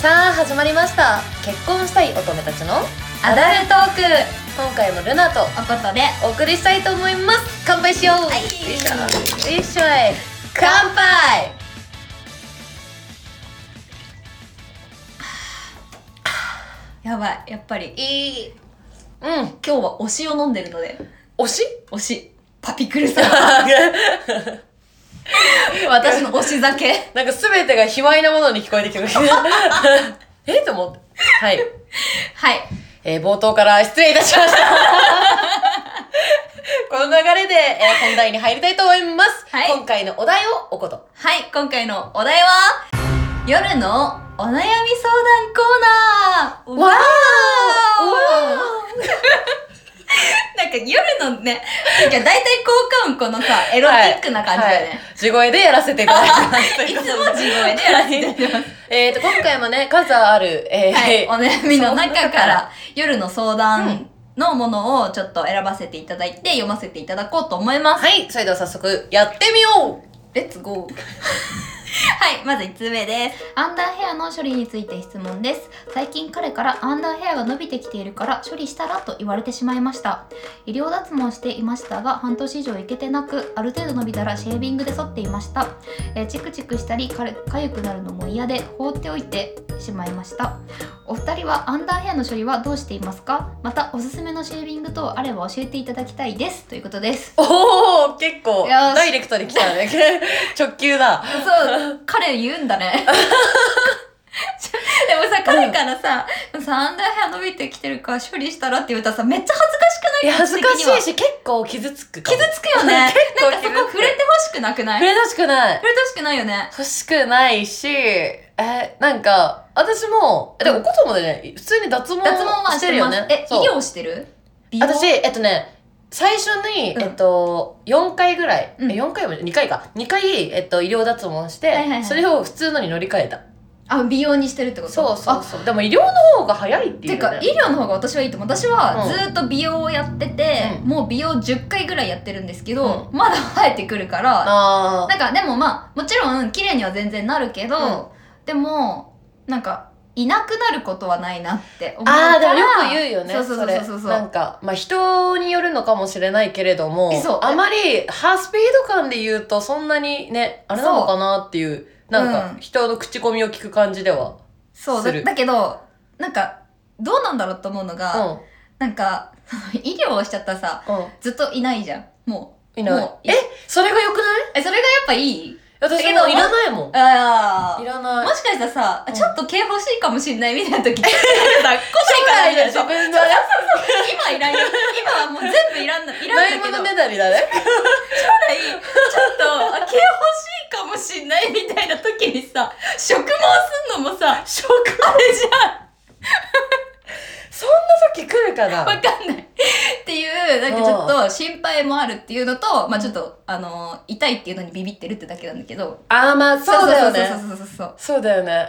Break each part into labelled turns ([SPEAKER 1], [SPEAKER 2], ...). [SPEAKER 1] さあ始まりました結婚したい乙女たちの
[SPEAKER 2] アダルトーク
[SPEAKER 1] 今回もルナと
[SPEAKER 2] おことで
[SPEAKER 1] お送りしたいと思います乾杯しよう、
[SPEAKER 2] はい
[SPEAKER 1] よいしょよいしょい乾杯
[SPEAKER 2] やばいやっぱり
[SPEAKER 1] いい うん
[SPEAKER 2] 今日は推しを飲んでるので
[SPEAKER 1] 推し
[SPEAKER 2] 推しパピクル さん私の推し酒
[SPEAKER 1] なんか全てが卑猥なものに聞こえて きましたえっと思ってはい、
[SPEAKER 2] はい
[SPEAKER 1] えー、冒頭から失礼いたし ましたこの流れで、えー本題に入りたいと思います、
[SPEAKER 2] はい
[SPEAKER 1] 今回のお題をおこと
[SPEAKER 2] はい今回のお題は夜のお悩み相談コーナー
[SPEAKER 1] わー
[SPEAKER 2] わー なんか夜のねなんか大体効果音このさエロティックな感じだよね、
[SPEAKER 1] はい地声でやらせていただきます。
[SPEAKER 2] い、つも地声でやらせていただいてます
[SPEAKER 1] えっと、今回もね、数ある、えー
[SPEAKER 2] はい、お悩みの中か
[SPEAKER 1] そ
[SPEAKER 2] ら夜の相談のものをちょっと選ばせていただいて読ませていただこうと思います。
[SPEAKER 1] はい、それでは早速、やってみよう
[SPEAKER 2] レッツゴー はい、まず1つ目です。アンダーヘアの処理について質問です。最近彼からアンダーヘアが伸びてきているから処理したらと言われてしまいました。医療脱毛していましたが半年以上いけてなく、ある程度伸びたらシェービングで剃っていました。えーチクチクしたりかれかゆくなるのも嫌で放っておいてしまいましたお二人はアンダーヘアの処理はどうしていますかまたおすすめのシェービング等あれば教えていただきたいですということです
[SPEAKER 1] おー、結構、
[SPEAKER 2] いやー
[SPEAKER 1] ダイレクトで来たね。 直球だ。
[SPEAKER 2] そう彼言うんだね でもさ彼からさ,、さアンダーヘア伸びてきてるから処理したらって言うたらさめっちゃ恥ずかしくない
[SPEAKER 1] いや恥ずかし
[SPEAKER 2] 私的にはい
[SPEAKER 1] し、結構傷つくかも
[SPEAKER 2] 傷つくよね
[SPEAKER 1] 結構
[SPEAKER 2] なんかそ
[SPEAKER 1] 傷つ
[SPEAKER 2] こ
[SPEAKER 1] く
[SPEAKER 2] 触れてほしくなくない
[SPEAKER 1] 触
[SPEAKER 2] 触
[SPEAKER 1] れたしくない。
[SPEAKER 2] れてほしくないよね
[SPEAKER 1] 欲しくないし、えーなんか、私も、でも、おこともでね、普通に脱毛
[SPEAKER 2] 脱毛は
[SPEAKER 1] し
[SPEAKER 2] してて
[SPEAKER 1] る
[SPEAKER 2] ま
[SPEAKER 1] よね。
[SPEAKER 2] すえ
[SPEAKER 1] そう
[SPEAKER 2] 医療してる美容
[SPEAKER 1] 私、えっとね、最初に、
[SPEAKER 2] うん
[SPEAKER 1] えっと、4回ぐらい、
[SPEAKER 2] うん
[SPEAKER 1] え4回も、2回か、2回、えっと、医療脱毛して、
[SPEAKER 2] はいはいはい
[SPEAKER 1] それを普通のに乗り換えた。
[SPEAKER 2] あ美容にしてるってこと
[SPEAKER 1] そうそう
[SPEAKER 2] あ
[SPEAKER 1] そう。でも医療の方が早いってい
[SPEAKER 2] て
[SPEAKER 1] うよ
[SPEAKER 2] か
[SPEAKER 1] ね、
[SPEAKER 2] 医療の方が私はいいと思う私は
[SPEAKER 1] うん
[SPEAKER 2] ずーっと美容をやってて、
[SPEAKER 1] う
[SPEAKER 2] もう美容10回ぐらいやってるんですけど、まだ生えてくるから
[SPEAKER 1] あ
[SPEAKER 2] なんかでもまあもちろん綺麗には全然なるけど、
[SPEAKER 1] うん
[SPEAKER 2] でもなんかいなくなることはないなって思う
[SPEAKER 1] ー
[SPEAKER 2] から
[SPEAKER 1] あーでもよく言うよね
[SPEAKER 2] そ
[SPEAKER 1] そう
[SPEAKER 2] そうそうそうそう
[SPEAKER 1] れなんかまあ人によるのかもしれないけれども
[SPEAKER 2] そう
[SPEAKER 1] あまりハースピード感で言うとそんなにねあれなのかなっていうなん
[SPEAKER 2] うん
[SPEAKER 1] か人の口コミを聞く感じでは
[SPEAKER 2] そう
[SPEAKER 1] す
[SPEAKER 2] だ
[SPEAKER 1] る
[SPEAKER 2] だけどなんかどうなんだろうと思うの
[SPEAKER 1] う
[SPEAKER 2] が、
[SPEAKER 1] ん
[SPEAKER 2] なんか 医療をしちゃったらさ
[SPEAKER 1] うん
[SPEAKER 2] ずっといないじゃんもう
[SPEAKER 1] いない
[SPEAKER 2] もう
[SPEAKER 1] えそれがよくない
[SPEAKER 2] えそれがやっぱいい
[SPEAKER 1] 私
[SPEAKER 2] けど
[SPEAKER 1] もういらないもん
[SPEAKER 2] ああ
[SPEAKER 1] いらない
[SPEAKER 2] もしかしたらさ、
[SPEAKER 1] うん
[SPEAKER 2] ちょっと毛欲しいかもしれないみたいな時抱っこ
[SPEAKER 1] 将来の自
[SPEAKER 2] 今
[SPEAKER 1] 分の
[SPEAKER 2] いらんよ今はもう全部いらんのいらん
[SPEAKER 1] ない
[SPEAKER 2] だ
[SPEAKER 1] も
[SPEAKER 2] けど
[SPEAKER 1] のねだりだね
[SPEAKER 2] 将来ちょっとあ毛欲しいかもしれないみたいな時にさ植毛すんのもさ植あれじゃ
[SPEAKER 1] そんな時来るかなん
[SPEAKER 2] わかんないっていうなんかちょっと心配もあるっていうのとまあちょっとあの痛いっていうのにビビってるってだけなんだけど
[SPEAKER 1] あーまあそうだよね
[SPEAKER 2] そうそうそうそうそう
[SPEAKER 1] そうだよね。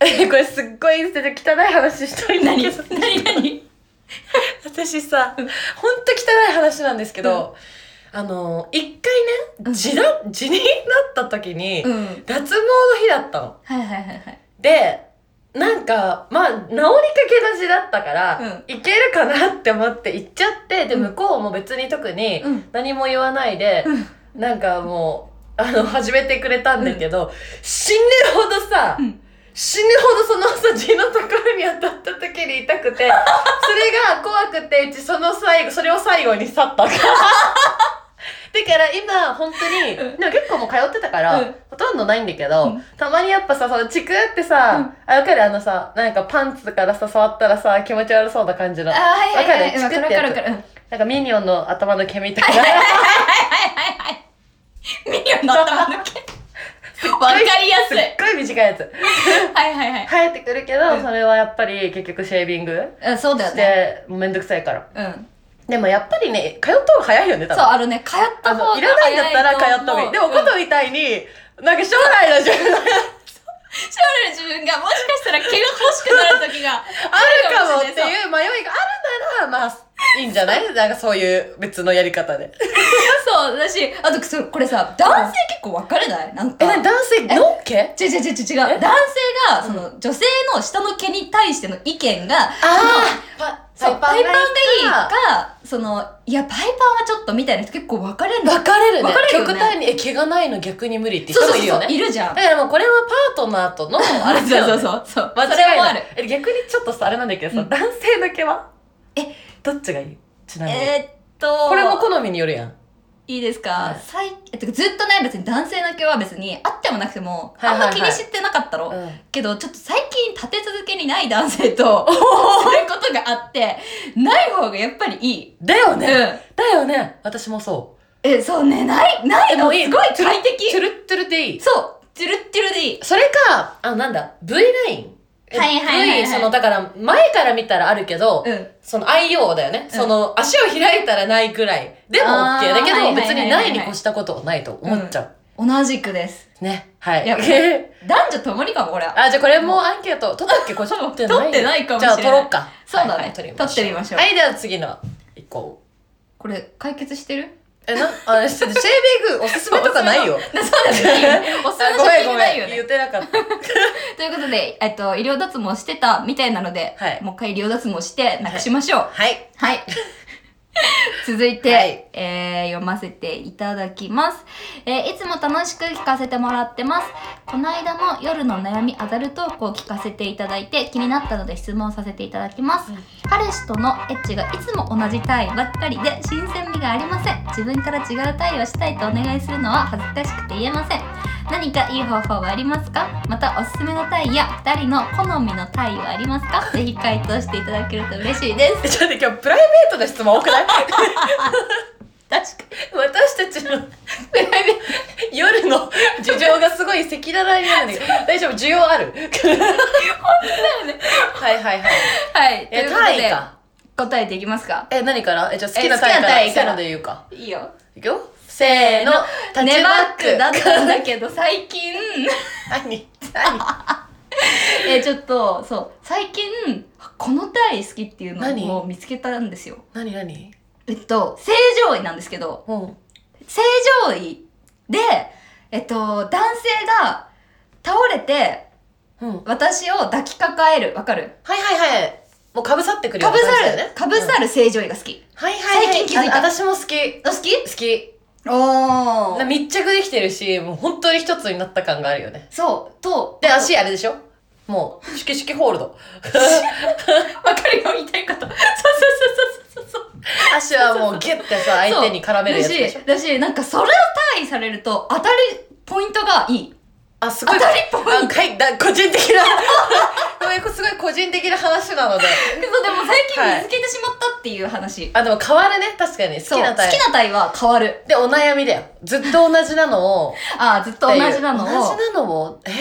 [SPEAKER 1] え、これすっごい汚い話したいんだ
[SPEAKER 2] 何
[SPEAKER 1] けど。
[SPEAKER 2] 何何
[SPEAKER 1] 私さ、ほんと汚い話なんですけど、あの、一回
[SPEAKER 2] うん
[SPEAKER 1] ね、地だ、地になった時に、
[SPEAKER 2] うん
[SPEAKER 1] 脱毛の日だったの。
[SPEAKER 2] はいはいはいはい
[SPEAKER 1] で、なんか、まあ、治りかけの地だったから、いけるかなって思って行っちゃって、で、
[SPEAKER 2] うん
[SPEAKER 1] 向こうも別に特に
[SPEAKER 2] うん
[SPEAKER 1] 何も言わないで、なんかもう、あの、始めてくれたんだけど、死ぬほどさ、
[SPEAKER 2] うん
[SPEAKER 1] 死ぬほどその地のところに当たった時に痛 くて、それが怖くて、うちその最後、それを最後に去 ったから。だから今、本当に、で
[SPEAKER 2] う
[SPEAKER 1] も結構もう通ってたから、
[SPEAKER 2] うん
[SPEAKER 1] ほとんどないんだけど、
[SPEAKER 2] うん
[SPEAKER 1] たまにやっぱさ、そのチクってさ、あ、わかるあのさ、なんかパンツからさ、触ったらさ、気持ち悪そうな感じの
[SPEAKER 2] あ。はいはいはい
[SPEAKER 1] わかる
[SPEAKER 2] わかるわかるわかる
[SPEAKER 1] なんかミニオンの頭の毛みたい な。
[SPEAKER 2] はいはい はい。ミリオンの頭抜け。わかりやす
[SPEAKER 1] す
[SPEAKER 2] い。
[SPEAKER 1] っごい短いやつ。
[SPEAKER 2] はいはいはい。
[SPEAKER 1] 生えてくるけど、
[SPEAKER 2] うん
[SPEAKER 1] それはやっぱり結局シェービング
[SPEAKER 2] うん、そうだ
[SPEAKER 1] し
[SPEAKER 2] よね。
[SPEAKER 1] て、もうめんどくさいから。
[SPEAKER 2] うん。
[SPEAKER 1] でもやっぱりね、通った方が早いよね、多
[SPEAKER 2] そう、
[SPEAKER 1] 分。
[SPEAKER 2] あのね、通った
[SPEAKER 1] あ
[SPEAKER 2] 方が
[SPEAKER 1] の、いらないんだったら通った方がいい。でも、こと
[SPEAKER 2] うん
[SPEAKER 1] みたいに、なんか将来の自分が
[SPEAKER 2] 将来の自分がもしかしたら毛が欲しくなる時があ
[SPEAKER 1] あるかも
[SPEAKER 2] る
[SPEAKER 1] って
[SPEAKER 2] かもしれない
[SPEAKER 1] いう迷いがあるなら、まあ、いいんじゃないなんかそういう別のやり方で。
[SPEAKER 2] そう、そうだし、あとそれ、これさ、男性結構分かれないなんか。
[SPEAKER 1] え、なに男性の毛
[SPEAKER 2] 違う違う違う違う。男性が、
[SPEAKER 1] うん
[SPEAKER 2] その女性の下の毛に対しての意見が、
[SPEAKER 1] あ
[SPEAKER 2] そうパイパンがいい
[SPEAKER 1] か
[SPEAKER 2] か、その、いや、パイパンはちょっとみたいな人結構分かれるの
[SPEAKER 1] 分かれるね
[SPEAKER 2] 分かれるよね
[SPEAKER 1] 極端にえ毛がないの逆に無理って
[SPEAKER 2] そ
[SPEAKER 1] 人
[SPEAKER 2] う
[SPEAKER 1] も
[SPEAKER 2] そう
[SPEAKER 1] いる
[SPEAKER 2] そ
[SPEAKER 1] よ
[SPEAKER 2] う、
[SPEAKER 1] ね
[SPEAKER 2] い るじゃん。
[SPEAKER 1] だからもうこれはパートナーとのあれだよ、ね、
[SPEAKER 2] そうそうそう。
[SPEAKER 1] 間
[SPEAKER 2] それ
[SPEAKER 1] 違い
[SPEAKER 2] もあ
[SPEAKER 1] な
[SPEAKER 2] る
[SPEAKER 1] い。え逆にちょっとさあれなんだけどさ、
[SPEAKER 2] うん
[SPEAKER 1] 男性の毛は
[SPEAKER 2] え
[SPEAKER 1] どっちがいいちなみに、
[SPEAKER 2] えーっと、
[SPEAKER 1] これも好みによるやん
[SPEAKER 2] いいですか、
[SPEAKER 1] うん
[SPEAKER 2] 最えっとずっとね、別に男性の毛は別にあってもなくても、
[SPEAKER 1] はいはいはい
[SPEAKER 2] あんま気にしてなかったろ。
[SPEAKER 1] うん
[SPEAKER 2] けど、ちょっと最近立て続けにない男性と、そういうことがあって、ない方がやっぱりいい。
[SPEAKER 1] だよ
[SPEAKER 2] うん。
[SPEAKER 1] ね、だよね私もそう
[SPEAKER 2] え、そうね、ない、ない
[SPEAKER 1] でも
[SPEAKER 2] の
[SPEAKER 1] いい
[SPEAKER 2] すごい快
[SPEAKER 1] チュ
[SPEAKER 2] 適。
[SPEAKER 1] ルッチュルでいい
[SPEAKER 2] そう、チュルッチュルでいい。
[SPEAKER 1] それかあのなんだ V ライン
[SPEAKER 2] はいはいはいはい
[SPEAKER 1] V そのだから前から見たらあるけど、
[SPEAKER 2] うん。
[SPEAKER 1] その IO だよね、
[SPEAKER 2] ん
[SPEAKER 1] その足を開いたらないくらいでも OK
[SPEAKER 2] あー
[SPEAKER 1] だけ
[SPEAKER 2] はいは
[SPEAKER 1] ど
[SPEAKER 2] いはいはい
[SPEAKER 1] 別にないに越したことはないと思っちゃう、
[SPEAKER 2] 同じくです。
[SPEAKER 1] ねはい
[SPEAKER 2] いや男女ともにかも、これは。
[SPEAKER 1] あじゃあこれもうアンケート取ったっけこれ
[SPEAKER 2] 多
[SPEAKER 1] 取
[SPEAKER 2] 分
[SPEAKER 1] って
[SPEAKER 2] 取
[SPEAKER 1] な
[SPEAKER 2] っ
[SPEAKER 1] い
[SPEAKER 2] てないかもし
[SPEAKER 1] じ
[SPEAKER 2] れ
[SPEAKER 1] ゃ
[SPEAKER 2] な
[SPEAKER 1] あ
[SPEAKER 2] い。
[SPEAKER 1] 取ろうか
[SPEAKER 2] そうだね
[SPEAKER 1] はいはい
[SPEAKER 2] 取ってみましょう
[SPEAKER 1] はいでは次の行こう
[SPEAKER 2] これ、解決してる
[SPEAKER 1] えなあちょっとシェービングおすすめとかないよ
[SPEAKER 2] そうだね。おすすめ
[SPEAKER 1] あ
[SPEAKER 2] の
[SPEAKER 1] ご
[SPEAKER 2] 食
[SPEAKER 1] めん
[SPEAKER 2] 品
[SPEAKER 1] ご
[SPEAKER 2] ないよ
[SPEAKER 1] めん
[SPEAKER 2] ね。
[SPEAKER 1] 言ってなかった
[SPEAKER 2] ということで、えっと、医療脱毛してたみたいなので、
[SPEAKER 1] はい
[SPEAKER 2] もう一回医療脱毛してなくしましょう。
[SPEAKER 1] はい
[SPEAKER 2] はい。 続いて、
[SPEAKER 1] はい
[SPEAKER 2] えー読ませていただきます、えーいつも楽しく聞かせてもらってます。この間の夜の悩みアダルトークを聞かせていただいて気になったので質問させていただきます。
[SPEAKER 1] うん
[SPEAKER 2] 彼氏とのエッチがいつも同じ体位ばっかりで新鮮味がありません。自分から違う体位をしたいとお願いするのは恥ずかしくて言えません。何かいい方法はありますかまたおすすめの体位や2人の好みの体位はありますかぜひ回答していただけると嬉しいです。
[SPEAKER 1] えちょっと今日プライベートな質問多くない
[SPEAKER 2] 確か
[SPEAKER 1] 私たちのプライベート夜の事情がすごい赤裸々になるんだけど 大丈夫需要あるはいはいはい
[SPEAKER 2] はい。とい
[SPEAKER 1] え
[SPEAKER 2] うこと
[SPEAKER 1] 単位
[SPEAKER 2] で、
[SPEAKER 1] か
[SPEAKER 2] 答えていきますか
[SPEAKER 1] え何からえじゃあ好きな
[SPEAKER 2] え好き
[SPEAKER 1] 単位
[SPEAKER 2] な
[SPEAKER 1] から
[SPEAKER 2] 単位
[SPEAKER 1] せ
[SPEAKER 2] から
[SPEAKER 1] ーので言うか
[SPEAKER 2] いいよ。
[SPEAKER 1] いくよせーのタッチ
[SPEAKER 2] ネバ
[SPEAKER 1] バ
[SPEAKER 2] ッ
[SPEAKER 1] ッ
[SPEAKER 2] ク
[SPEAKER 1] ク
[SPEAKER 2] だったんだけど、最近、
[SPEAKER 1] 何何
[SPEAKER 2] え、ちょっと、そう、最近、この体位好きっていう
[SPEAKER 1] 何
[SPEAKER 2] のを見つけたんですよ。
[SPEAKER 1] 何何
[SPEAKER 2] えっと、正常位なんですけど、
[SPEAKER 1] うん
[SPEAKER 2] 正常位で、えっと、男性が倒れて、
[SPEAKER 1] うんはい
[SPEAKER 2] 私を抱きかかえる。わかる
[SPEAKER 1] はいはいもうかぶさってくる
[SPEAKER 2] かぶさ
[SPEAKER 1] ね
[SPEAKER 2] る、かぶさ
[SPEAKER 1] る
[SPEAKER 2] る正常位が好き。
[SPEAKER 1] はいはいはい
[SPEAKER 2] 最近気づいた
[SPEAKER 1] あ私も好き
[SPEAKER 2] お好き
[SPEAKER 1] 好き
[SPEAKER 2] お
[SPEAKER 1] な密着できてるしもう本当に一つになった感があるよね
[SPEAKER 2] そう、と、
[SPEAKER 1] で足あれでしょもうシュキシュキホール ド
[SPEAKER 2] わかるよ、言いたいこと。そうそうそうそうそうそう。
[SPEAKER 1] 足はもうギュッてさ相手に絡めるやつでしょ
[SPEAKER 2] そうだしだしなんかそれを対位されると当たりポイントがいい
[SPEAKER 1] あすご
[SPEAKER 2] 当
[SPEAKER 1] い
[SPEAKER 2] たりポイント
[SPEAKER 1] あかいだ個人的 なごめんこれすごい個人的な話なので
[SPEAKER 2] でも最近
[SPEAKER 1] はい
[SPEAKER 2] 見つけてしまったっていう話、
[SPEAKER 1] あでも変わるね確かに好
[SPEAKER 2] そう
[SPEAKER 1] きなタイ
[SPEAKER 2] 好
[SPEAKER 1] プ
[SPEAKER 2] きな体位は変わる
[SPEAKER 1] でお悩みだよずっと同じなのを
[SPEAKER 2] ああずっと同じな
[SPEAKER 1] 同
[SPEAKER 2] のを
[SPEAKER 1] じなのをえ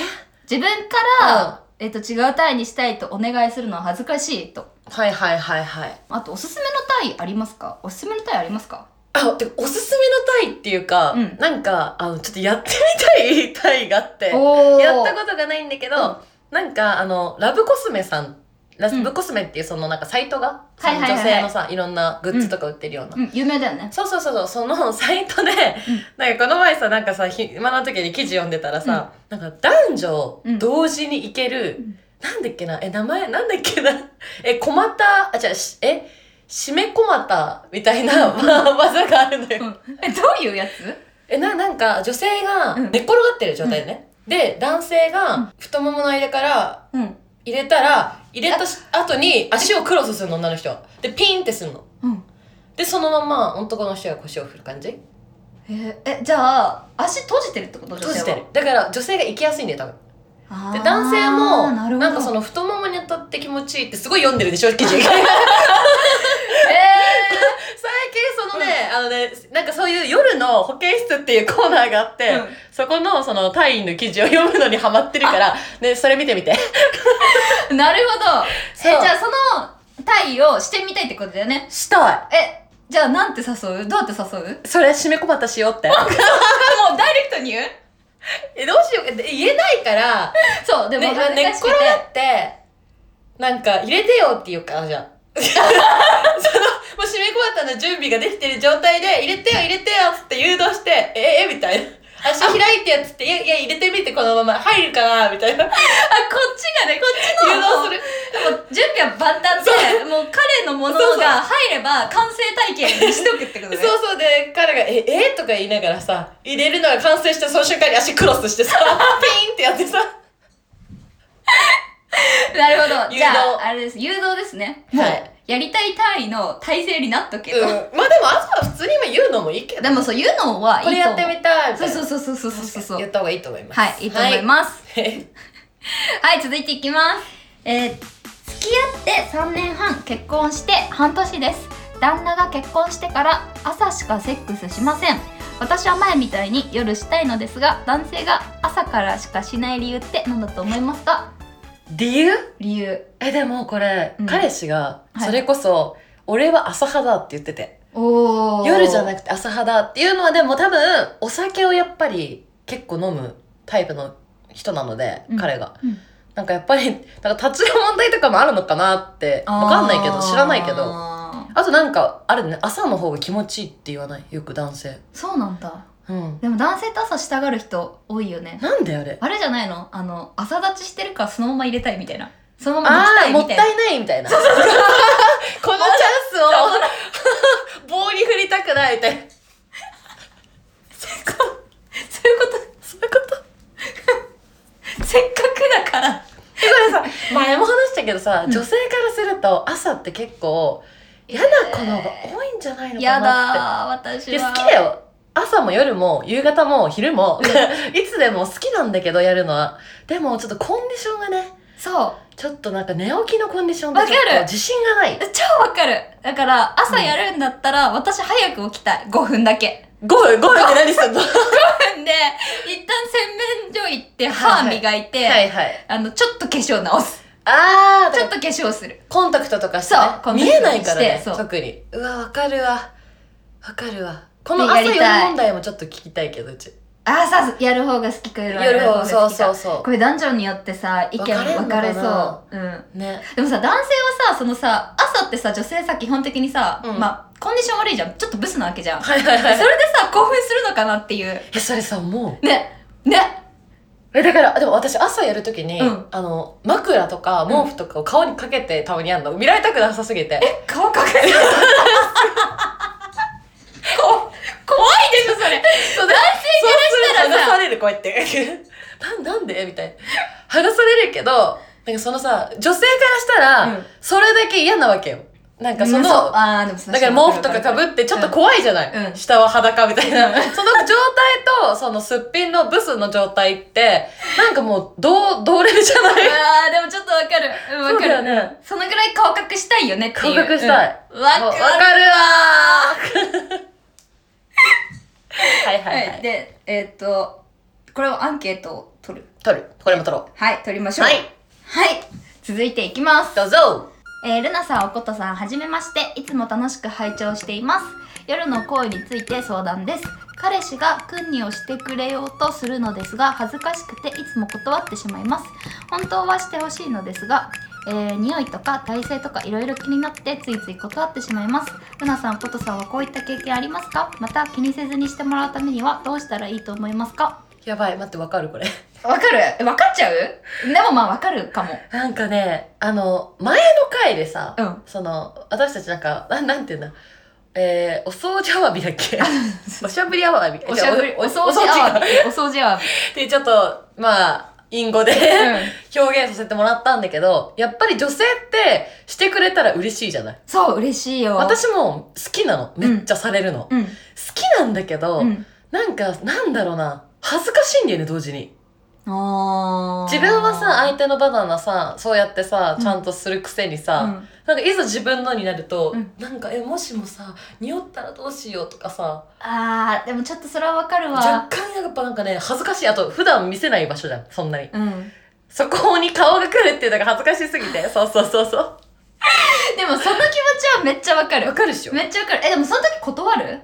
[SPEAKER 2] 自分から、えっと違う体位にしたいとお願いするのは恥ずかしいと
[SPEAKER 1] はいはいはいはい
[SPEAKER 2] あとおすすめの体位ありますかおすすめの体位ありますか
[SPEAKER 1] あてかおすすめのタイっていうか、
[SPEAKER 2] うん
[SPEAKER 1] なんかあのちょっとやってみたいタイがあって
[SPEAKER 2] おー
[SPEAKER 1] やったことがないんだけど、
[SPEAKER 2] うん
[SPEAKER 1] なんかあのラブコスメさんラ
[SPEAKER 2] うん
[SPEAKER 1] ブコスメっていうそのなんかサイトが、
[SPEAKER 2] はいはいはいはい
[SPEAKER 1] その女性のさいろんなグッズとか売ってるような、
[SPEAKER 2] うん有名だよね
[SPEAKER 1] そうそうそうそう、そのサイトで、なんかこの前さ、なんかさ、暇な時に記事読んでたらさ、なんか男女
[SPEAKER 2] うん
[SPEAKER 1] 同時に行ける、
[SPEAKER 2] うん
[SPEAKER 1] なんだっけな、え、名前なんだっけな、え、小股、あ、じゃしえ、締め小股みたいな、まあ、技があるの
[SPEAKER 2] う
[SPEAKER 1] よ。
[SPEAKER 2] んえどういうやつ
[SPEAKER 1] え、な、なんか女性が
[SPEAKER 2] うん
[SPEAKER 1] 寝っ転がってる状態でね。で、男性が太ももの間から
[SPEAKER 2] うん
[SPEAKER 1] 入れたら、入れたし後に足をクロスするの、女の人は。で、ピンってするの。
[SPEAKER 2] うん
[SPEAKER 1] で、そのまま男の人が腰を振る感じ
[SPEAKER 2] えーえじゃあ足閉じてるってこと
[SPEAKER 1] 閉じてるだから女性が行きやすいんだよ多分で
[SPEAKER 2] で
[SPEAKER 1] 男性もな
[SPEAKER 2] るほど
[SPEAKER 1] んかその太ももに当たって気持ちいいってすごい読んでるでしょ 記事最近
[SPEAKER 2] えー
[SPEAKER 1] そのね、あのねなんかそういう夜の保健室っていうコーナーがあって、
[SPEAKER 2] うん
[SPEAKER 1] そこのその隊員の記事を読むのにハマってるからねそれ見てみて
[SPEAKER 2] なるほど。え、じ
[SPEAKER 1] そう
[SPEAKER 2] ゃあその体位をしてみたいってことだよね。
[SPEAKER 1] した
[SPEAKER 2] え、じゃあなんて誘うどうやって 誘う
[SPEAKER 1] いそれ締め小股しようって
[SPEAKER 2] もうダイレクトに言う
[SPEAKER 1] えどうしようかで言えないから、
[SPEAKER 2] そう、でも
[SPEAKER 1] ね、
[SPEAKER 2] 恥ず
[SPEAKER 1] 寝っ
[SPEAKER 2] かしく
[SPEAKER 1] 転
[SPEAKER 2] て。
[SPEAKER 1] がってなんか入れてよっていうかじゃ あそのもう締め小股の準備ができてる状態で入れてよ入れてよっつって誘導してえ えみたいな足開いてやつっていやいや入れてみてこのまま入るかなみたいな
[SPEAKER 2] あ、こっちもう準備は万端でもう彼のもの
[SPEAKER 1] そうそう
[SPEAKER 2] が入れば完成体験にしとくってこと ね
[SPEAKER 1] そうそうで彼が「ええとか言いながらさ入れるのが完成してその瞬間に足クロスして さピーンってやってさ
[SPEAKER 2] なるほど
[SPEAKER 1] 誘導
[SPEAKER 2] じゃああれです誘導ですねもう
[SPEAKER 1] はい
[SPEAKER 2] やりたい単位の体制になっとけと、
[SPEAKER 1] まあでも朝は普通に今言うのもいいけど
[SPEAKER 2] でもそういうのはいいと
[SPEAKER 1] これやってみたいみたいな
[SPEAKER 2] そうそうそうそうそうそうそう
[SPEAKER 1] 言った方がいいと思います
[SPEAKER 2] はいいいと思います
[SPEAKER 1] す、はい、
[SPEAKER 2] はい、続いていきます。えー付き合って3年半、結婚して半年です。旦那が結婚してから朝しかセックスしません。私は前みたいに夜したいのですが、男性が朝からしかしない理由って何だと思いますか
[SPEAKER 1] 理由
[SPEAKER 2] 理由。
[SPEAKER 1] えでもこれ、
[SPEAKER 2] うん
[SPEAKER 1] 彼氏が
[SPEAKER 2] はい
[SPEAKER 1] それこそ、俺は朝派だって言ってて
[SPEAKER 2] お
[SPEAKER 1] 夜じゃな
[SPEAKER 2] く
[SPEAKER 1] くて朝派だっていうのはでも多分お酒をやっぱり結構飲むタイプの人なので、
[SPEAKER 2] うん
[SPEAKER 1] 彼が、
[SPEAKER 2] うん
[SPEAKER 1] なんかやっぱりなんか立ちの問題とかもあるのかなってわかんないけど知らないけど
[SPEAKER 2] ど。
[SPEAKER 1] あとなんかあるね朝の方が気持ちいいって言わないよく男性
[SPEAKER 2] そうなんだ。
[SPEAKER 1] うん
[SPEAKER 2] でも男性って朝したがる人多いよね。
[SPEAKER 1] なんであれ
[SPEAKER 2] あれじゃないのあの、朝立ちしてるからそのまま入れたいみたいな。そのま
[SPEAKER 1] あ
[SPEAKER 2] ま
[SPEAKER 1] あーも
[SPEAKER 2] 抜
[SPEAKER 1] っ
[SPEAKER 2] きたい
[SPEAKER 1] た
[SPEAKER 2] みたいな。
[SPEAKER 1] いないみたいなこのチャ ンスを棒に振りたくないみたいな
[SPEAKER 2] そういうこと
[SPEAKER 1] そういうこと
[SPEAKER 2] せっかくだから。
[SPEAKER 1] 前も話したけどさ、
[SPEAKER 2] うん
[SPEAKER 1] 女性からすると朝って結構嫌な子の方が多いんじゃないの
[SPEAKER 2] や
[SPEAKER 1] かなっ
[SPEAKER 2] だー、私
[SPEAKER 1] て。で
[SPEAKER 2] は。
[SPEAKER 1] 好きだ。よ朝も夜も夕方も昼も いつでも好きなんだけどやるのはでもちょっとコンディションがね
[SPEAKER 2] そう。
[SPEAKER 1] ちょっとなんか寝起きのコンディションでちょ
[SPEAKER 2] わか
[SPEAKER 1] っ
[SPEAKER 2] る
[SPEAKER 1] と自信がない
[SPEAKER 2] 超わかる。だから、朝やるんだったら、私早く起きたい。5分だけ。
[SPEAKER 1] 5分5分で何するの は
[SPEAKER 2] 5分で、一旦洗面所行って、歯磨いて、
[SPEAKER 1] いはい
[SPEAKER 2] あの、ちょっと化粧直す。
[SPEAKER 1] あー
[SPEAKER 2] ち
[SPEAKER 1] ち
[SPEAKER 2] ょ
[SPEAKER 1] ょ
[SPEAKER 2] っ
[SPEAKER 1] っ
[SPEAKER 2] と
[SPEAKER 1] と
[SPEAKER 2] 化粧する。
[SPEAKER 1] コンタクトとかして、ね
[SPEAKER 2] そうコ、ンタク
[SPEAKER 1] 見
[SPEAKER 2] ト
[SPEAKER 1] え
[SPEAKER 2] とか
[SPEAKER 1] な
[SPEAKER 2] して
[SPEAKER 1] いからね
[SPEAKER 2] そう
[SPEAKER 1] 特にうわわかるわわかるわこの
[SPEAKER 2] で
[SPEAKER 1] 朝
[SPEAKER 2] やりたい
[SPEAKER 1] 夜問題もちょっと聞きたいけどうち
[SPEAKER 2] 朝やる方が好きか夜や
[SPEAKER 1] 夜
[SPEAKER 2] る方が
[SPEAKER 1] を
[SPEAKER 2] 好き
[SPEAKER 1] そ
[SPEAKER 2] か。
[SPEAKER 1] うそうそ
[SPEAKER 2] これ男女によってさ、意見分
[SPEAKER 1] 分
[SPEAKER 2] か
[SPEAKER 1] か
[SPEAKER 2] れ
[SPEAKER 1] れん
[SPEAKER 2] そ
[SPEAKER 1] の
[SPEAKER 2] う。
[SPEAKER 1] かな
[SPEAKER 2] うん。
[SPEAKER 1] うね
[SPEAKER 2] でもさ、男性はさ、そのさ、朝ってさ、女性さ、基本的にさ、
[SPEAKER 1] うん
[SPEAKER 2] まあ、コンディション悪いじゃん。ちょっとブスなわけじゃん。
[SPEAKER 1] はい はい
[SPEAKER 2] そ
[SPEAKER 1] は
[SPEAKER 2] れ
[SPEAKER 1] い
[SPEAKER 2] でさ、興奮するのかなっていう。
[SPEAKER 1] えそれさも
[SPEAKER 2] ね、ね、
[SPEAKER 1] うえだからでも私朝やるときに、
[SPEAKER 2] うん
[SPEAKER 1] あの枕とか毛布とかを顔にかけてたまにやんの見られたくなさすぎてえ
[SPEAKER 2] 顔隠れてるこ怖いでしょ、そ れ。
[SPEAKER 1] そう
[SPEAKER 2] 男性からしたら
[SPEAKER 1] 剥が
[SPEAKER 2] さ
[SPEAKER 1] さ、れるこうやって なんなんでみたいな剥がされるけどなんかそのさ女性からしたら、
[SPEAKER 2] うん
[SPEAKER 1] それだけ嫌なわけよなんかその、
[SPEAKER 2] うんうあーでも
[SPEAKER 1] だから毛布とかかぶってちょっと怖いじゃない、
[SPEAKER 2] うん
[SPEAKER 1] 下は裸みたいな。
[SPEAKER 2] うん
[SPEAKER 1] その状態と、そのすっぴんのブスの状態って、なんかもう、同、同齢じゃない
[SPEAKER 2] あーでもちょっとわかる。うんわか
[SPEAKER 1] そうだ
[SPEAKER 2] る。
[SPEAKER 1] よね。
[SPEAKER 2] そのぐらい顔隠したいよねっていう。
[SPEAKER 1] 顔隠したい
[SPEAKER 2] うんわ、
[SPEAKER 1] わ
[SPEAKER 2] か
[SPEAKER 1] か
[SPEAKER 2] る
[SPEAKER 1] るわーはいはいは
[SPEAKER 2] はい。
[SPEAKER 1] い。
[SPEAKER 2] で、えーっと、これをアンケートを取る。
[SPEAKER 1] 撮る。これも撮ろ
[SPEAKER 2] はい、取りまし
[SPEAKER 1] う。
[SPEAKER 2] ょう。
[SPEAKER 1] はい。。
[SPEAKER 2] はい。続いていきます。
[SPEAKER 1] どうぞ
[SPEAKER 2] えー、ルナさん、おことさん、はじめまして。いつも楽しく拝聴しています。夜の行為について相談です。彼氏が訓にをしてくれようとするのですが、恥ずかしくていつも断ってしまいます。本当はしてほしいのですが、えー、匂いとか体勢とかいろいろ気になってついつい断ってしまいます。ルナさん、おことさんはこういった経験ありますかまた気にせずにしてもらうためにはどうしたらいいと思いますか
[SPEAKER 1] やばい、待って、わかるこれ。
[SPEAKER 2] わかるわかっちゃうでもまあわかるかも。
[SPEAKER 1] なんかね、あの、前の回でさ、
[SPEAKER 2] うん
[SPEAKER 1] その、私たちなんか、なんなんていうんだ、えー、お掃除アワビだっけおしゃぶりアワビ。
[SPEAKER 2] おしゃぶり、お
[SPEAKER 1] お
[SPEAKER 2] 掃
[SPEAKER 1] 掃
[SPEAKER 2] 除
[SPEAKER 1] 除
[SPEAKER 2] ア
[SPEAKER 1] ア
[SPEAKER 2] ワ
[SPEAKER 1] ワ
[SPEAKER 2] ビ
[SPEAKER 1] ビ。。
[SPEAKER 2] お掃除アワビ。
[SPEAKER 1] で、ちょっと、まあ、隠語で
[SPEAKER 2] うん
[SPEAKER 1] 表現させてもらったんだけど、やっぱり女性ってしてくれたら嬉しいじゃない
[SPEAKER 2] そう、嬉しいよ。、
[SPEAKER 1] 私も好きなの。
[SPEAKER 2] うん
[SPEAKER 1] めっちゃされるの。好
[SPEAKER 2] うん。
[SPEAKER 1] きなんだけど、
[SPEAKER 2] うん。
[SPEAKER 1] なんか、なんだろうな。恥ずかしいんだよね、同時に。
[SPEAKER 2] あー
[SPEAKER 1] 自分はさ、相手のバナナさ、そうやってさ
[SPEAKER 2] う、ん
[SPEAKER 1] ちゃんとするくせにさ、
[SPEAKER 2] うん
[SPEAKER 1] なんかいざ自分のになると、
[SPEAKER 2] うん
[SPEAKER 1] なんかえもしもさ匂ったらどうしようとかさ
[SPEAKER 2] あー、でもちょっとそれはわかる
[SPEAKER 1] 若
[SPEAKER 2] わ。
[SPEAKER 1] 干やっぱなんかね恥ずかしいあと普段見せない場所じゃんそんなに
[SPEAKER 2] うん。
[SPEAKER 1] そこに顔が来るっていうのが恥ずかしすぎてそうそうそうそう
[SPEAKER 2] でもその気持ちはめっちゃわか
[SPEAKER 1] わ
[SPEAKER 2] る。
[SPEAKER 1] かるっしょ
[SPEAKER 2] めっちゃわかる。え、でもその時断る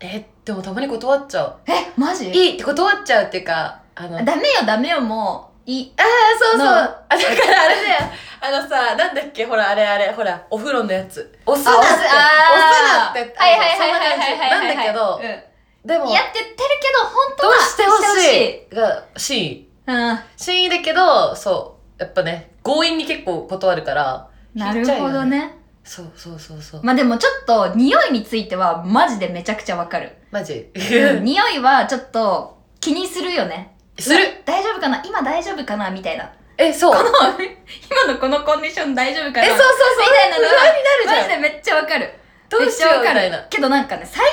[SPEAKER 1] えでもたまに断っちゃう
[SPEAKER 2] え、マジ
[SPEAKER 1] いいって断っちゃうっていうかあのあ
[SPEAKER 2] ダメよ、ダメよ、もう。いい。
[SPEAKER 1] そうそう
[SPEAKER 2] な あ
[SPEAKER 1] あだからあれだよあのさなんだっけほらあれあれほらお風呂のやつ押すな
[SPEAKER 2] あ
[SPEAKER 1] っ
[SPEAKER 2] お
[SPEAKER 1] て
[SPEAKER 2] す
[SPEAKER 1] 押すなって
[SPEAKER 2] はいはいはいはいはいはいはい。
[SPEAKER 1] そんな感じなんだけど、
[SPEAKER 2] け
[SPEAKER 1] でも
[SPEAKER 2] やってってるけど、本当
[SPEAKER 1] どう
[SPEAKER 2] は
[SPEAKER 1] してほしいが C
[SPEAKER 2] うん。
[SPEAKER 1] 真意だけどそやっぱね強引に結構断るから
[SPEAKER 2] なるほどね
[SPEAKER 1] そうそうそうそう、
[SPEAKER 2] まあでもちょっと匂いについてはマジでめちゃくちゃわかる、
[SPEAKER 1] マジ
[SPEAKER 2] うん匂いはちょっと気にするよね
[SPEAKER 1] する
[SPEAKER 2] 大丈夫かな今大丈夫かなみたいな
[SPEAKER 1] えそう
[SPEAKER 2] この今のこのコンディション大丈夫か
[SPEAKER 1] え
[SPEAKER 2] な
[SPEAKER 1] そうそうそう
[SPEAKER 2] みたいなのは
[SPEAKER 1] 不安になる
[SPEAKER 2] マ
[SPEAKER 1] じ
[SPEAKER 2] ジ
[SPEAKER 1] ゃん
[SPEAKER 2] でめっちゃわかる
[SPEAKER 1] どうしようみたいな
[SPEAKER 2] けどなんかね最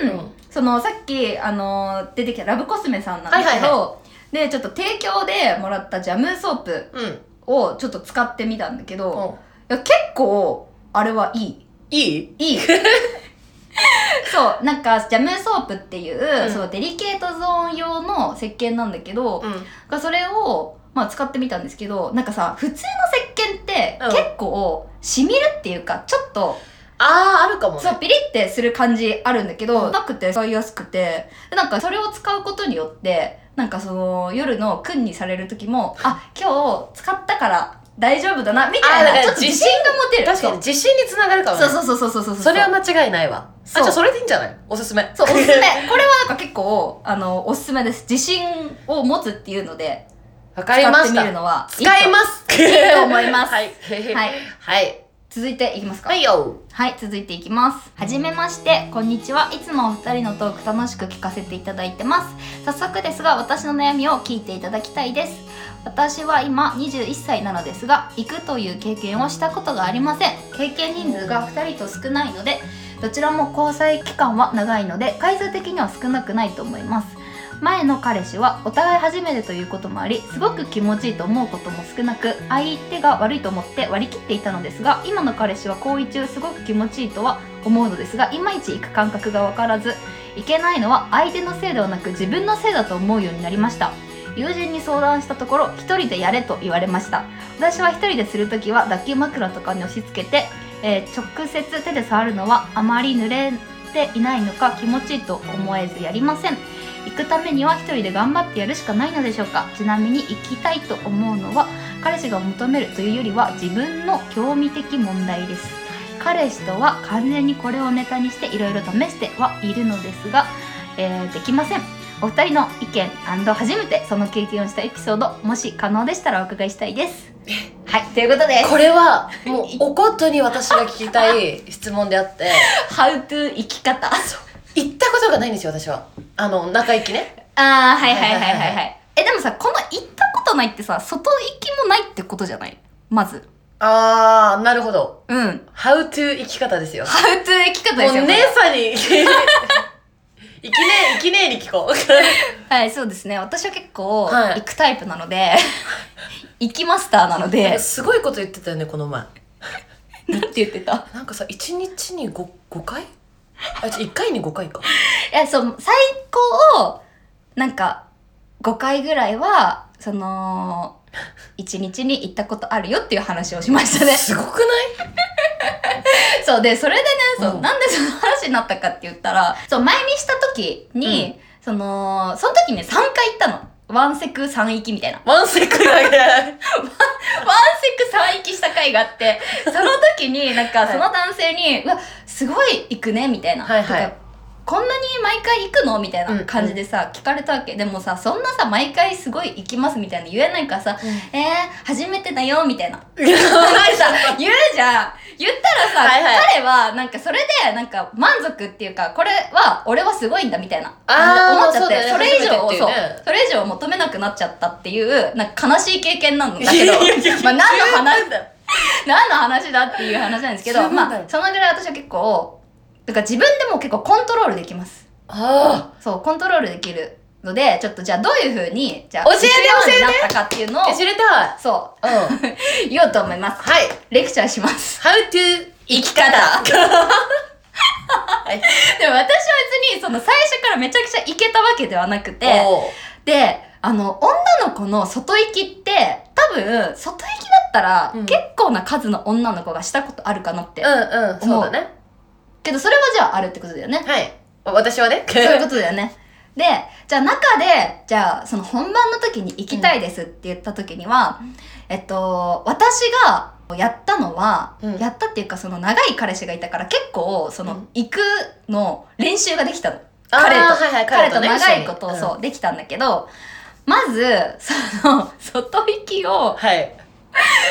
[SPEAKER 2] 近、
[SPEAKER 1] うん
[SPEAKER 2] そのさっき、あのー出てきたラブコスメさんなんだけど、
[SPEAKER 1] はいはい
[SPEAKER 2] でちょっと提供でもらったジャムソープ
[SPEAKER 1] うん、
[SPEAKER 2] をちょっと使ってみたんだけど、い
[SPEAKER 1] うん、
[SPEAKER 2] や結構あれはいい
[SPEAKER 1] いい
[SPEAKER 2] いいそうなんかジャムソープっていう、
[SPEAKER 1] うん
[SPEAKER 2] そのデリケートゾーン用の石鹸なんだけど、
[SPEAKER 1] うん
[SPEAKER 2] がそれを、まあ、使ってみたんですけどなんかさ普通の石鹸って
[SPEAKER 1] うん
[SPEAKER 2] 結構しみるっていうかちょっと
[SPEAKER 1] あーあるかも
[SPEAKER 2] そう
[SPEAKER 1] ね
[SPEAKER 2] ピリってする感じあるんだけど、
[SPEAKER 1] うん
[SPEAKER 2] なくて使いやすくてでなんかそれを使うことによってなんかその夜の訓にされる時もあ今日使ったから大丈夫だなみた
[SPEAKER 1] あ
[SPEAKER 2] い
[SPEAKER 1] だ
[SPEAKER 2] な
[SPEAKER 1] から
[SPEAKER 2] ちょっと自信が持てる
[SPEAKER 1] 確かに自信につながるかもね
[SPEAKER 2] そうそうそうそうそうそうそう
[SPEAKER 1] それは間違いないわあじ
[SPEAKER 2] そう
[SPEAKER 1] ゃあそれでいいんじゃないおすすめ
[SPEAKER 2] そうおすすめこれはなんか結構あのおすすめです自信を持つっていうので
[SPEAKER 1] わか
[SPEAKER 2] 使
[SPEAKER 1] りま
[SPEAKER 2] って
[SPEAKER 1] し
[SPEAKER 2] みる
[SPEAKER 1] た
[SPEAKER 2] のは
[SPEAKER 1] 使いますい
[SPEAKER 2] いと思います
[SPEAKER 1] はい
[SPEAKER 2] はい
[SPEAKER 1] はい
[SPEAKER 2] 続いていきますか
[SPEAKER 1] はいよ
[SPEAKER 2] はい、続いていきます。はじめまして、こんにちは。いつもお二人のトーク楽しく聞かせていただいてます。早速ですが、私の悩みを聞いていただきたいです。私は今21歳なのですが、行くという経験をしたことがありません。経験人数が2人と少ないので、どちらも交際期間は長いので、回数的には少なくないと思います。前の彼氏はお互い初めてということもありすごく気持ちいいと思うことも少なく相手が悪いと思って割り切っていたのですが今の彼氏は行為中すごく気持ちいいとは思うのですがいまいち行く感覚が分からず行けないのは相手のせいではなく自分のせいだと思うようになりました友人に相談したところ一人でやれと言われました私は一人でする時は抱き枕とかに押し付けて、えー直接手で触るのはあまり濡れていないのか気持ちいいと思えずやりません行くためには一人で頑張ってやるしかないのでしょうかちなみに行きたいと思うのは彼氏が求めるというよりは自分の興味的問題です彼氏とは完全にこれをネタにしていろいろ試してはいるのですが、えーできませんお二人の意見初めてその経験をしたエピソードもし可能でしたらお伺いしたいですはいということで
[SPEAKER 1] これはもうおことに私が聞きたい質問であって
[SPEAKER 2] 「How to 生き方」
[SPEAKER 1] 行ったことがないんですよ私はあの中行きね
[SPEAKER 2] ああはいはいはい
[SPEAKER 1] ははい
[SPEAKER 2] はいい
[SPEAKER 1] は
[SPEAKER 2] はいえでもさこの行ったことないってさ外行きもないってことじゃないまず
[SPEAKER 1] ああなるほど
[SPEAKER 2] うん
[SPEAKER 1] How to 生き方ですよも
[SPEAKER 2] ハウトゥー生き方
[SPEAKER 1] う
[SPEAKER 2] ですよ
[SPEAKER 1] 姉
[SPEAKER 2] ね
[SPEAKER 1] さんに 生きねえ生きねえに聞こう
[SPEAKER 2] はいそうですね私は結構
[SPEAKER 1] はい
[SPEAKER 2] 行くタイプなの で、行きマスターなの
[SPEAKER 1] なん
[SPEAKER 2] で
[SPEAKER 1] かすご いこと言ってたよねこの前
[SPEAKER 2] なんて言ってた
[SPEAKER 1] なんかさ1日に 5, 5回あ1回に5回 か
[SPEAKER 2] いやそう最高をなんか5回ぐらいはその1日に行ったことあるよっていう話をしましたね
[SPEAKER 1] すごくない
[SPEAKER 2] そうでそれでねそう、
[SPEAKER 1] うん
[SPEAKER 2] なんでその話になったかって言ったらそう前にした時に、そのその時ね3回行ったの。ワンセク3行きみたいな。ワン
[SPEAKER 1] ワンセクだけ
[SPEAKER 2] セク3行きした回があって、その時に、なんか、
[SPEAKER 1] はい
[SPEAKER 2] その男性に、うわ、すごい行くね、みたいな。
[SPEAKER 1] はいはい
[SPEAKER 2] とかこんなに毎回行くのみたい
[SPEAKER 1] うん
[SPEAKER 2] な感じでさ、聞かれたわけ。でもさ、そんなさ、毎回すごい行きますみたいな言えないからさ、えー、初めてだよ、みたいな。言うじゃん言ったらさ、
[SPEAKER 1] はいはい
[SPEAKER 2] 彼はなんかそれでなんか満足っていうかこれは俺はすごいんだみたいな
[SPEAKER 1] あー
[SPEAKER 2] 思っちゃって
[SPEAKER 1] まあそ
[SPEAKER 2] そ
[SPEAKER 1] だ
[SPEAKER 2] う
[SPEAKER 1] ね
[SPEAKER 2] れ以上
[SPEAKER 1] 初めてっ
[SPEAKER 2] を
[SPEAKER 1] ていう
[SPEAKER 2] そう
[SPEAKER 1] ね
[SPEAKER 2] それ以上求めなくなっちゃったっていうなんか悲しい経験なんだけどまあ何の話
[SPEAKER 1] だ
[SPEAKER 2] 何の話だっていう話なんですけど
[SPEAKER 1] 十分だよ
[SPEAKER 2] まあそのぐらい私は結構だから自分でも結構コントロールできます
[SPEAKER 1] あ
[SPEAKER 2] そうコントロールできるのでちょっとじゃあどういうふうにじゃあ
[SPEAKER 1] 教えて
[SPEAKER 2] 行くようになったかっていうのを
[SPEAKER 1] あ知りたい
[SPEAKER 2] そ
[SPEAKER 1] うん
[SPEAKER 2] う言おうと思います
[SPEAKER 1] はい
[SPEAKER 2] レクチャーします
[SPEAKER 1] 「How to 生 き方」はい
[SPEAKER 2] でも私は別にその最初からめちゃくちゃ行けたわけではなくて
[SPEAKER 1] おう
[SPEAKER 2] であの女の子の外行きって多分外行きだったら
[SPEAKER 1] うん
[SPEAKER 2] 結構な数の女の子がしたことあるかなって、
[SPEAKER 1] うんうんそうだね
[SPEAKER 2] けどそれはじゃああるってことだよね
[SPEAKER 1] はい私 はね
[SPEAKER 2] そういうことだよねでじゃあ中でじゃあその本番の時に行きたいですって言った時には、えっと私がやったのは、
[SPEAKER 1] うん
[SPEAKER 2] やったっていうかその長い彼氏がいたから結構そうの
[SPEAKER 1] ん
[SPEAKER 2] 行くの練習ができたの。
[SPEAKER 1] あー
[SPEAKER 2] 彼と
[SPEAKER 1] はいはい
[SPEAKER 2] 彼と
[SPEAKER 1] ね
[SPEAKER 2] 長いことを
[SPEAKER 1] 一緒に
[SPEAKER 2] そう、できたんだけど、まず、その、外行き
[SPEAKER 1] うん
[SPEAKER 2] を
[SPEAKER 1] はい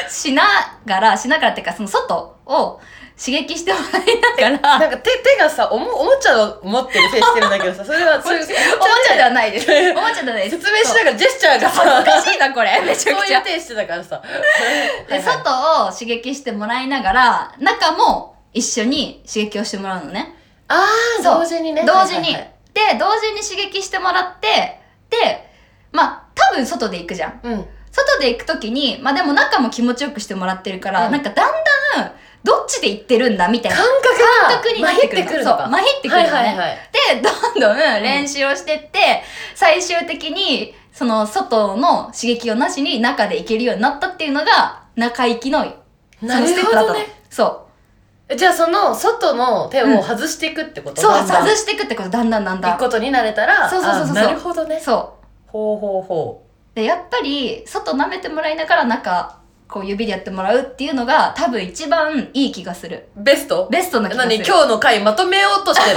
[SPEAKER 2] しながら、しながらっていうか、その外を刺激してもらいなが
[SPEAKER 1] な
[SPEAKER 2] ら、
[SPEAKER 1] んか手手がさおもおもちゃを持ってる手してるんだけどさそれは そういうおも
[SPEAKER 2] おもちゃでは
[SPEAKER 1] ない
[SPEAKER 2] ないです。おもちゃではないです。
[SPEAKER 1] 説明しながらジェスチャー が
[SPEAKER 2] 恥ず
[SPEAKER 1] さ
[SPEAKER 2] かしいな、これ。めちゃくちゃ。
[SPEAKER 1] そういう手してたから さ
[SPEAKER 2] で、
[SPEAKER 1] 外
[SPEAKER 2] 外を刺激してもらいながら、中も一緒に刺激をしてもらうのね。
[SPEAKER 1] ああ
[SPEAKER 2] そう
[SPEAKER 1] 同時にね
[SPEAKER 2] 同時に。
[SPEAKER 1] はいはいはい
[SPEAKER 2] で、同時に刺激してもらって、で、まあ、多分外で行くじゃん。
[SPEAKER 1] うん
[SPEAKER 2] 外で行くときに、まあでも中も気持ちよくしてもらってるから、
[SPEAKER 1] うん
[SPEAKER 2] なんかだんだん、どっちで行ってるんだみたい
[SPEAKER 1] 感
[SPEAKER 2] な
[SPEAKER 1] 覚
[SPEAKER 2] 感覚になっ
[SPEAKER 1] まひ
[SPEAKER 2] てくるの。
[SPEAKER 1] ってくる
[SPEAKER 2] そ
[SPEAKER 1] の
[SPEAKER 2] う、
[SPEAKER 1] か
[SPEAKER 2] まひってくるのね。
[SPEAKER 1] はいはいはい
[SPEAKER 2] で、どんどん練習をしてって、最終的に、その外の刺激をなしに中で行けるようになったっていうのが、中行きの、そ
[SPEAKER 1] な
[SPEAKER 2] のステ
[SPEAKER 1] る
[SPEAKER 2] ッ
[SPEAKER 1] ほ
[SPEAKER 2] プだった
[SPEAKER 1] ど
[SPEAKER 2] の。
[SPEAKER 1] ね
[SPEAKER 2] そう。
[SPEAKER 1] じゃあその外の手を外していくってこと、
[SPEAKER 2] そう、
[SPEAKER 1] だんだん
[SPEAKER 2] 外していくってこと、だんだんだんだ
[SPEAKER 1] 行く
[SPEAKER 2] ん。
[SPEAKER 1] ことになれたら
[SPEAKER 2] そうそうそうそう
[SPEAKER 1] あなるほどね
[SPEAKER 2] そう。
[SPEAKER 1] ほうほうほ
[SPEAKER 2] でやっぱり外舐めてもらいながら中こう指でやってもらうっていうのが多分一番いい気がする
[SPEAKER 1] うベスト
[SPEAKER 2] ベストな気がす
[SPEAKER 1] 何
[SPEAKER 2] る
[SPEAKER 1] 今日の回まとめようとしてる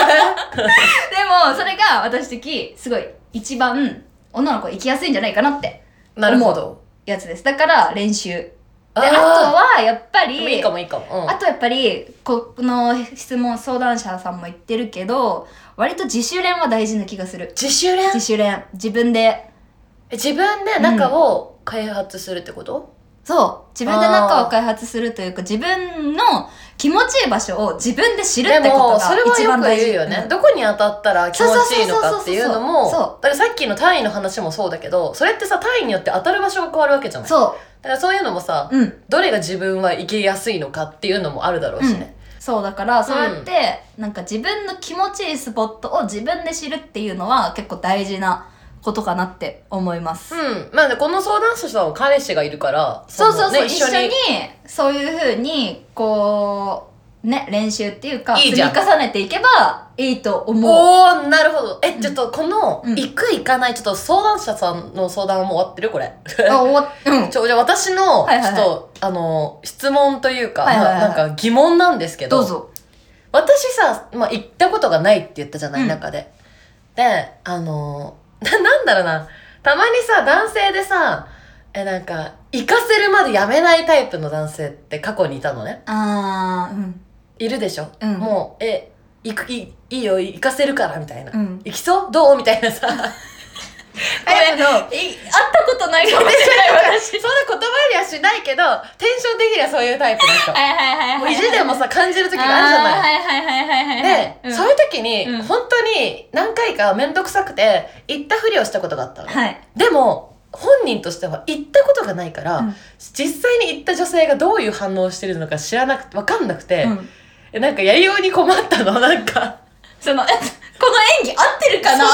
[SPEAKER 2] でもそれが私的すごい一番女の子行きやすいんじゃないかなって
[SPEAKER 1] なるほど
[SPEAKER 2] やつですだから練習であ
[SPEAKER 1] ー
[SPEAKER 2] とはやっぱり
[SPEAKER 1] でもいいかもいいかも、うん
[SPEAKER 2] あとやっぱりこの質問相談者さんも言ってるけど割と自主練は大事な気がする
[SPEAKER 1] 自主練
[SPEAKER 2] 自主練自分で
[SPEAKER 1] え自分で中を開発するってこと、
[SPEAKER 2] そう自分で中を開発するというか自分の気持ちいい場所を自分で知るって
[SPEAKER 1] で
[SPEAKER 2] こと
[SPEAKER 1] も
[SPEAKER 2] が
[SPEAKER 1] それは
[SPEAKER 2] 一
[SPEAKER 1] よ
[SPEAKER 2] 番
[SPEAKER 1] く
[SPEAKER 2] 大事
[SPEAKER 1] 言うよね、
[SPEAKER 2] うん
[SPEAKER 1] どこに当たったら気持ちいいのかっていうのも
[SPEAKER 2] そうそうそうそうそう
[SPEAKER 1] だからさっきの単位の話もそうだけどそれってさ単位によって当たる場所が変わるわけじゃないだ
[SPEAKER 2] そ
[SPEAKER 1] からそういうのもさ、
[SPEAKER 2] ううん
[SPEAKER 1] どれが自分は生きやすいのかっていうのもあるだろうしね、
[SPEAKER 2] そうだからそうやって、なんか自分の気持ちいいスポットを自分で知るっていうのは結構大事なことかなって思います、
[SPEAKER 1] うんまあこの相談者さんは彼氏がいるから
[SPEAKER 2] そうそうそ
[SPEAKER 1] の
[SPEAKER 2] う、
[SPEAKER 1] ね
[SPEAKER 2] 一緒にそういうふうにこうね練習っていうか
[SPEAKER 1] いい
[SPEAKER 2] 積
[SPEAKER 1] じ
[SPEAKER 2] み
[SPEAKER 1] ゃん
[SPEAKER 2] 重ねていけばいいと思う
[SPEAKER 1] おーなるほどえ、
[SPEAKER 2] うん
[SPEAKER 1] ちょっとこの、
[SPEAKER 2] うん
[SPEAKER 1] 行く行かないちょっと相談者さんの相談はもう終わってるこれ
[SPEAKER 2] あおわう ん
[SPEAKER 1] ちょじゃあ私の、
[SPEAKER 2] はいはいはい
[SPEAKER 1] ちょっとあの質問というか、
[SPEAKER 2] はいはいはい
[SPEAKER 1] まあなんか疑問なんですけど
[SPEAKER 2] どうぞ
[SPEAKER 1] 私さ、まあ、行ったことがないって言ったじゃない、
[SPEAKER 2] うん
[SPEAKER 1] 中でであの ななんだろうなたまにさ男性でさえなんか行かせるまでやめないタイプの男性って過去にいたのね
[SPEAKER 2] あーうん
[SPEAKER 1] いるでしょ、
[SPEAKER 2] うん
[SPEAKER 1] もうえ行くいいいよ行かせるからみたいな、
[SPEAKER 2] うん
[SPEAKER 1] 行きそうどうみたいな さ
[SPEAKER 2] え
[SPEAKER 1] の
[SPEAKER 2] え会ったことないかもしれない私
[SPEAKER 1] そんな言葉にはしないけどテンション的にはそういうタイプの人
[SPEAKER 2] はいはいはいはい
[SPEAKER 1] もう意地でもさ感じる時
[SPEAKER 2] 時
[SPEAKER 1] があるじゃない
[SPEAKER 2] はいはいはいはいはいはい
[SPEAKER 1] で、そういう時に、
[SPEAKER 2] うん
[SPEAKER 1] 本当に何回か面倒くさくて行ったふりをしたことがあったの、
[SPEAKER 2] はい
[SPEAKER 1] でも本人としては行ったことがないから、
[SPEAKER 2] うん
[SPEAKER 1] 実際に行った女性がどういう反応をしてるのか知らなくて分かんなくて、
[SPEAKER 2] うん
[SPEAKER 1] えなんかやりように困った のなんか
[SPEAKER 2] その この演技合ってるかな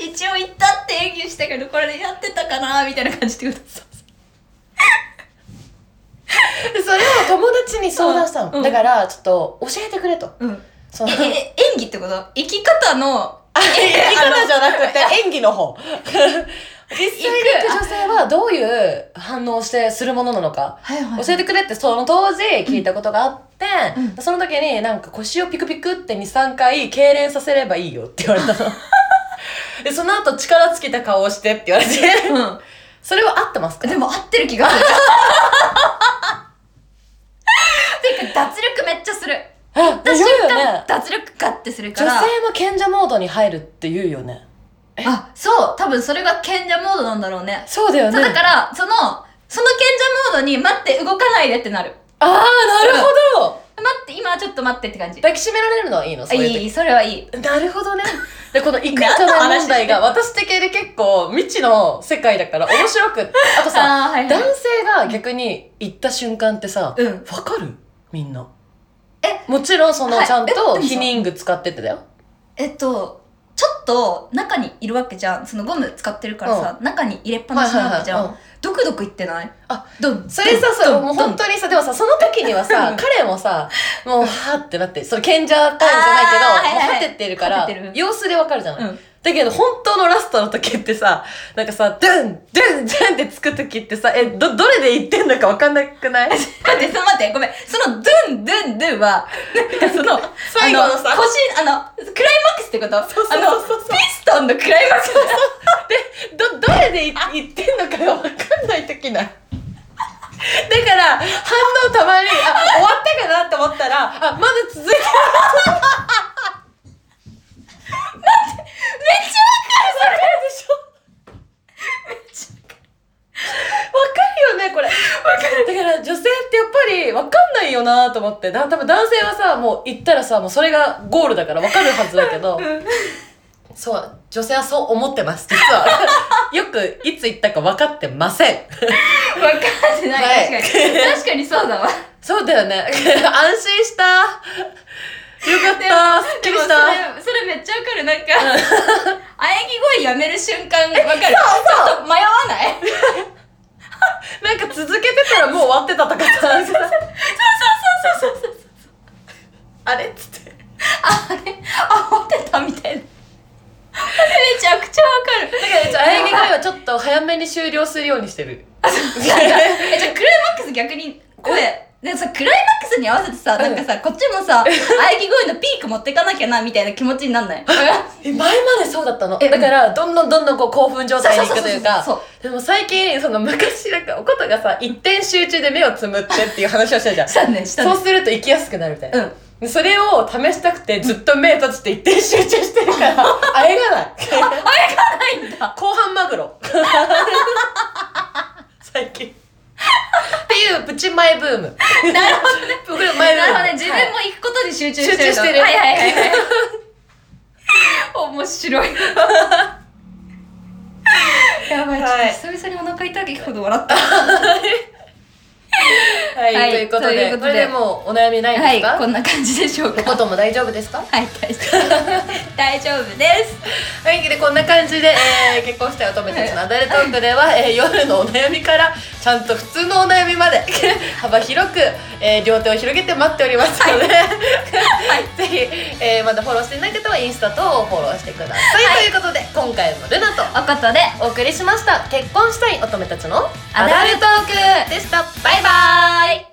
[SPEAKER 2] 一応言ったって演技したけどこれでやってたかなみたいな感じってこと
[SPEAKER 1] でそれを友達に相談したの、
[SPEAKER 2] うん
[SPEAKER 1] だからちょっと教えてくれと
[SPEAKER 2] うん
[SPEAKER 1] そ
[SPEAKER 2] え
[SPEAKER 1] の
[SPEAKER 2] ええ演技ってこと生き方の
[SPEAKER 1] あ演技方じゃなくて演技の方 実際に行く女性はどういう反応をしてするものなのか
[SPEAKER 2] はいは
[SPEAKER 1] 教えてくれってその当時聞いたことがあって、
[SPEAKER 2] うん
[SPEAKER 1] その時になんか腰をピクピクって23回痙攣させればいいよって言われたの でその後力尽きた顔をしてって言われて
[SPEAKER 2] うん
[SPEAKER 1] それは合ってますか
[SPEAKER 2] で も合ってる気がするてか脱力めっちゃする
[SPEAKER 1] あ
[SPEAKER 2] 脱
[SPEAKER 1] 言う
[SPEAKER 2] 力
[SPEAKER 1] よ
[SPEAKER 2] 感
[SPEAKER 1] ね
[SPEAKER 2] 脱力ガッてするか
[SPEAKER 1] 女性
[SPEAKER 2] ら
[SPEAKER 1] も賢者モードに入るって言うよね
[SPEAKER 2] あそう多分それが賢者モードなんだろうね
[SPEAKER 1] そうだよ
[SPEAKER 2] そうだから、その、その賢者モードに待って動かないでってなる。
[SPEAKER 1] ああなるほど
[SPEAKER 2] 待って、今はちょっと待ってって感じ。
[SPEAKER 1] 抱きしめられるのはいいの
[SPEAKER 2] あ
[SPEAKER 1] そ
[SPEAKER 2] いう
[SPEAKER 1] いう
[SPEAKER 2] い、いいそれはいい。
[SPEAKER 1] 時なるほどねでこの行く行かない問題が私的に結構未知の世界だから面白くってあ とさ
[SPEAKER 2] あー、はい
[SPEAKER 1] 男
[SPEAKER 2] はい。
[SPEAKER 1] 性が逆に行った瞬間ってさ、
[SPEAKER 2] うん。
[SPEAKER 1] わかるみんな。
[SPEAKER 2] え
[SPEAKER 1] もちろんその、
[SPEAKER 2] はい
[SPEAKER 1] ちゃん
[SPEAKER 2] えでも
[SPEAKER 1] と
[SPEAKER 2] さ
[SPEAKER 1] 避妊具使ってってだよ。
[SPEAKER 2] えっと、ちょっと中にいるわけじゃん。そのゴム使ってるからさ、中に入れっぱなしなわけじゃ
[SPEAKER 1] はいはい
[SPEAKER 2] ん。ドクドクいってない
[SPEAKER 1] あ、
[SPEAKER 2] どん
[SPEAKER 1] それさ、
[SPEAKER 2] どん
[SPEAKER 1] そう、
[SPEAKER 2] どん
[SPEAKER 1] もう本当にさ、でもさ、その時には
[SPEAKER 2] う
[SPEAKER 1] さ
[SPEAKER 2] ん、
[SPEAKER 1] 彼もさ、もう、はーってなって、その賢者タイムじゃないけど、
[SPEAKER 2] あーはいはい
[SPEAKER 1] もうはてってるから
[SPEAKER 2] はてってる、
[SPEAKER 1] 様子でわかるじゃ
[SPEAKER 2] どん
[SPEAKER 1] ない。
[SPEAKER 2] うん。
[SPEAKER 1] だけど本当のラストの時ってさ、なんかさ、ドゥン、ドゥン、ドゥンってつく時ってさ、え、ど、どれで言ってんのかわかんなく ない
[SPEAKER 2] 待って、そ待って、ごめん。その、ドゥン、ドゥン、ドゥンは、なんかその、
[SPEAKER 1] 最後のさ
[SPEAKER 2] あ腰、あの、クライマックスってこと
[SPEAKER 1] そうそうそうそう
[SPEAKER 2] あの、ピストンのクライマックス。
[SPEAKER 1] ど、 どれでい言ってんのかがわかんない時ない。だから、反応たまに、あ、終わったかなと思ったら、あ、まだ続いてる。わかるでしょわ
[SPEAKER 2] めっち
[SPEAKER 1] かるよねこれわかるだから女性ってやっぱりわかんないよなと思ってだ多分男性はさもう行ったらさもうそれがゴールだからわかるはずだけど
[SPEAKER 2] ゃわかる
[SPEAKER 1] そう女性はそう思ってます実は よくいつ行ったか分かってません
[SPEAKER 2] うん。わかってない。
[SPEAKER 1] はい
[SPEAKER 2] 確かに。確かにそうだわ。
[SPEAKER 1] そうだよね 安心したよかったすっき
[SPEAKER 2] で
[SPEAKER 1] り
[SPEAKER 2] も
[SPEAKER 1] し
[SPEAKER 2] そ
[SPEAKER 1] た
[SPEAKER 2] れ、それめっちゃわかる。なんか、あやぎ声やめる瞬間わかる。ちょっと迷わないそうそう
[SPEAKER 1] なんか続けてたらもう終わってたとか さ
[SPEAKER 2] そうそうそうそう。
[SPEAKER 1] あれっつって
[SPEAKER 2] あれあ、思ってたみたいな。めちゃくちゃわかる。
[SPEAKER 1] だからちょあやぎ声はちょっと早めに終了するようにして る
[SPEAKER 2] えじゃあクライマックス逆に声でさクライマックスに合わせてさなんかさこっちもさ喘ぎ声のピーク持ってかなきゃなみたいな気持ちにな んない
[SPEAKER 1] え前までそうだったの
[SPEAKER 2] え
[SPEAKER 1] だからどんどんどんどんこう興奮状態に行くというか
[SPEAKER 2] そうそう
[SPEAKER 1] でも最近その昔なんかおことがさ一点集中で目をつむってっていう話をしたじゃん
[SPEAKER 2] したねした
[SPEAKER 1] そう
[SPEAKER 2] ね
[SPEAKER 1] すると行きやすくなるみたいな、
[SPEAKER 2] うん
[SPEAKER 1] でそれを試したくてずっと目閉じて一点集中してる からあえがない
[SPEAKER 2] ないんだ
[SPEAKER 1] 後半マグ ロ最近っていうプチマイブーム
[SPEAKER 2] なるほどね
[SPEAKER 1] これマイブーム
[SPEAKER 2] なるほどね自
[SPEAKER 1] はい
[SPEAKER 2] 分も行くことに集中してると
[SPEAKER 1] 集中してる
[SPEAKER 2] はいはいはいはい面白いやばい、
[SPEAKER 1] はい
[SPEAKER 2] ちょっと久々にお腹痛いほど笑った
[SPEAKER 1] はい、
[SPEAKER 2] はい
[SPEAKER 1] ということ
[SPEAKER 2] とい
[SPEAKER 1] で
[SPEAKER 2] うこと
[SPEAKER 1] こ
[SPEAKER 2] で
[SPEAKER 1] れでもうお悩みない
[SPEAKER 2] は
[SPEAKER 1] です
[SPEAKER 2] い
[SPEAKER 1] か、
[SPEAKER 2] こんな感じでしょ
[SPEAKER 1] お
[SPEAKER 2] うか
[SPEAKER 1] ことも大丈夫ですか
[SPEAKER 2] はい大丈夫 大丈夫です
[SPEAKER 1] はい、でこんな感じで、えー結婚したい乙女たちのアダルトークでは、えー夜のお悩みからちゃんと普通のお悩みまで 幅広く、えー両手を広げて待っておりますので、 ぜひ、えーまだフォローしていない方はインスタ等をフォローしてください、ということで今回もルナと
[SPEAKER 2] おことで
[SPEAKER 1] お送りしました結婚したい乙女たちの
[SPEAKER 2] アダルトーク
[SPEAKER 1] でしたバイバーイ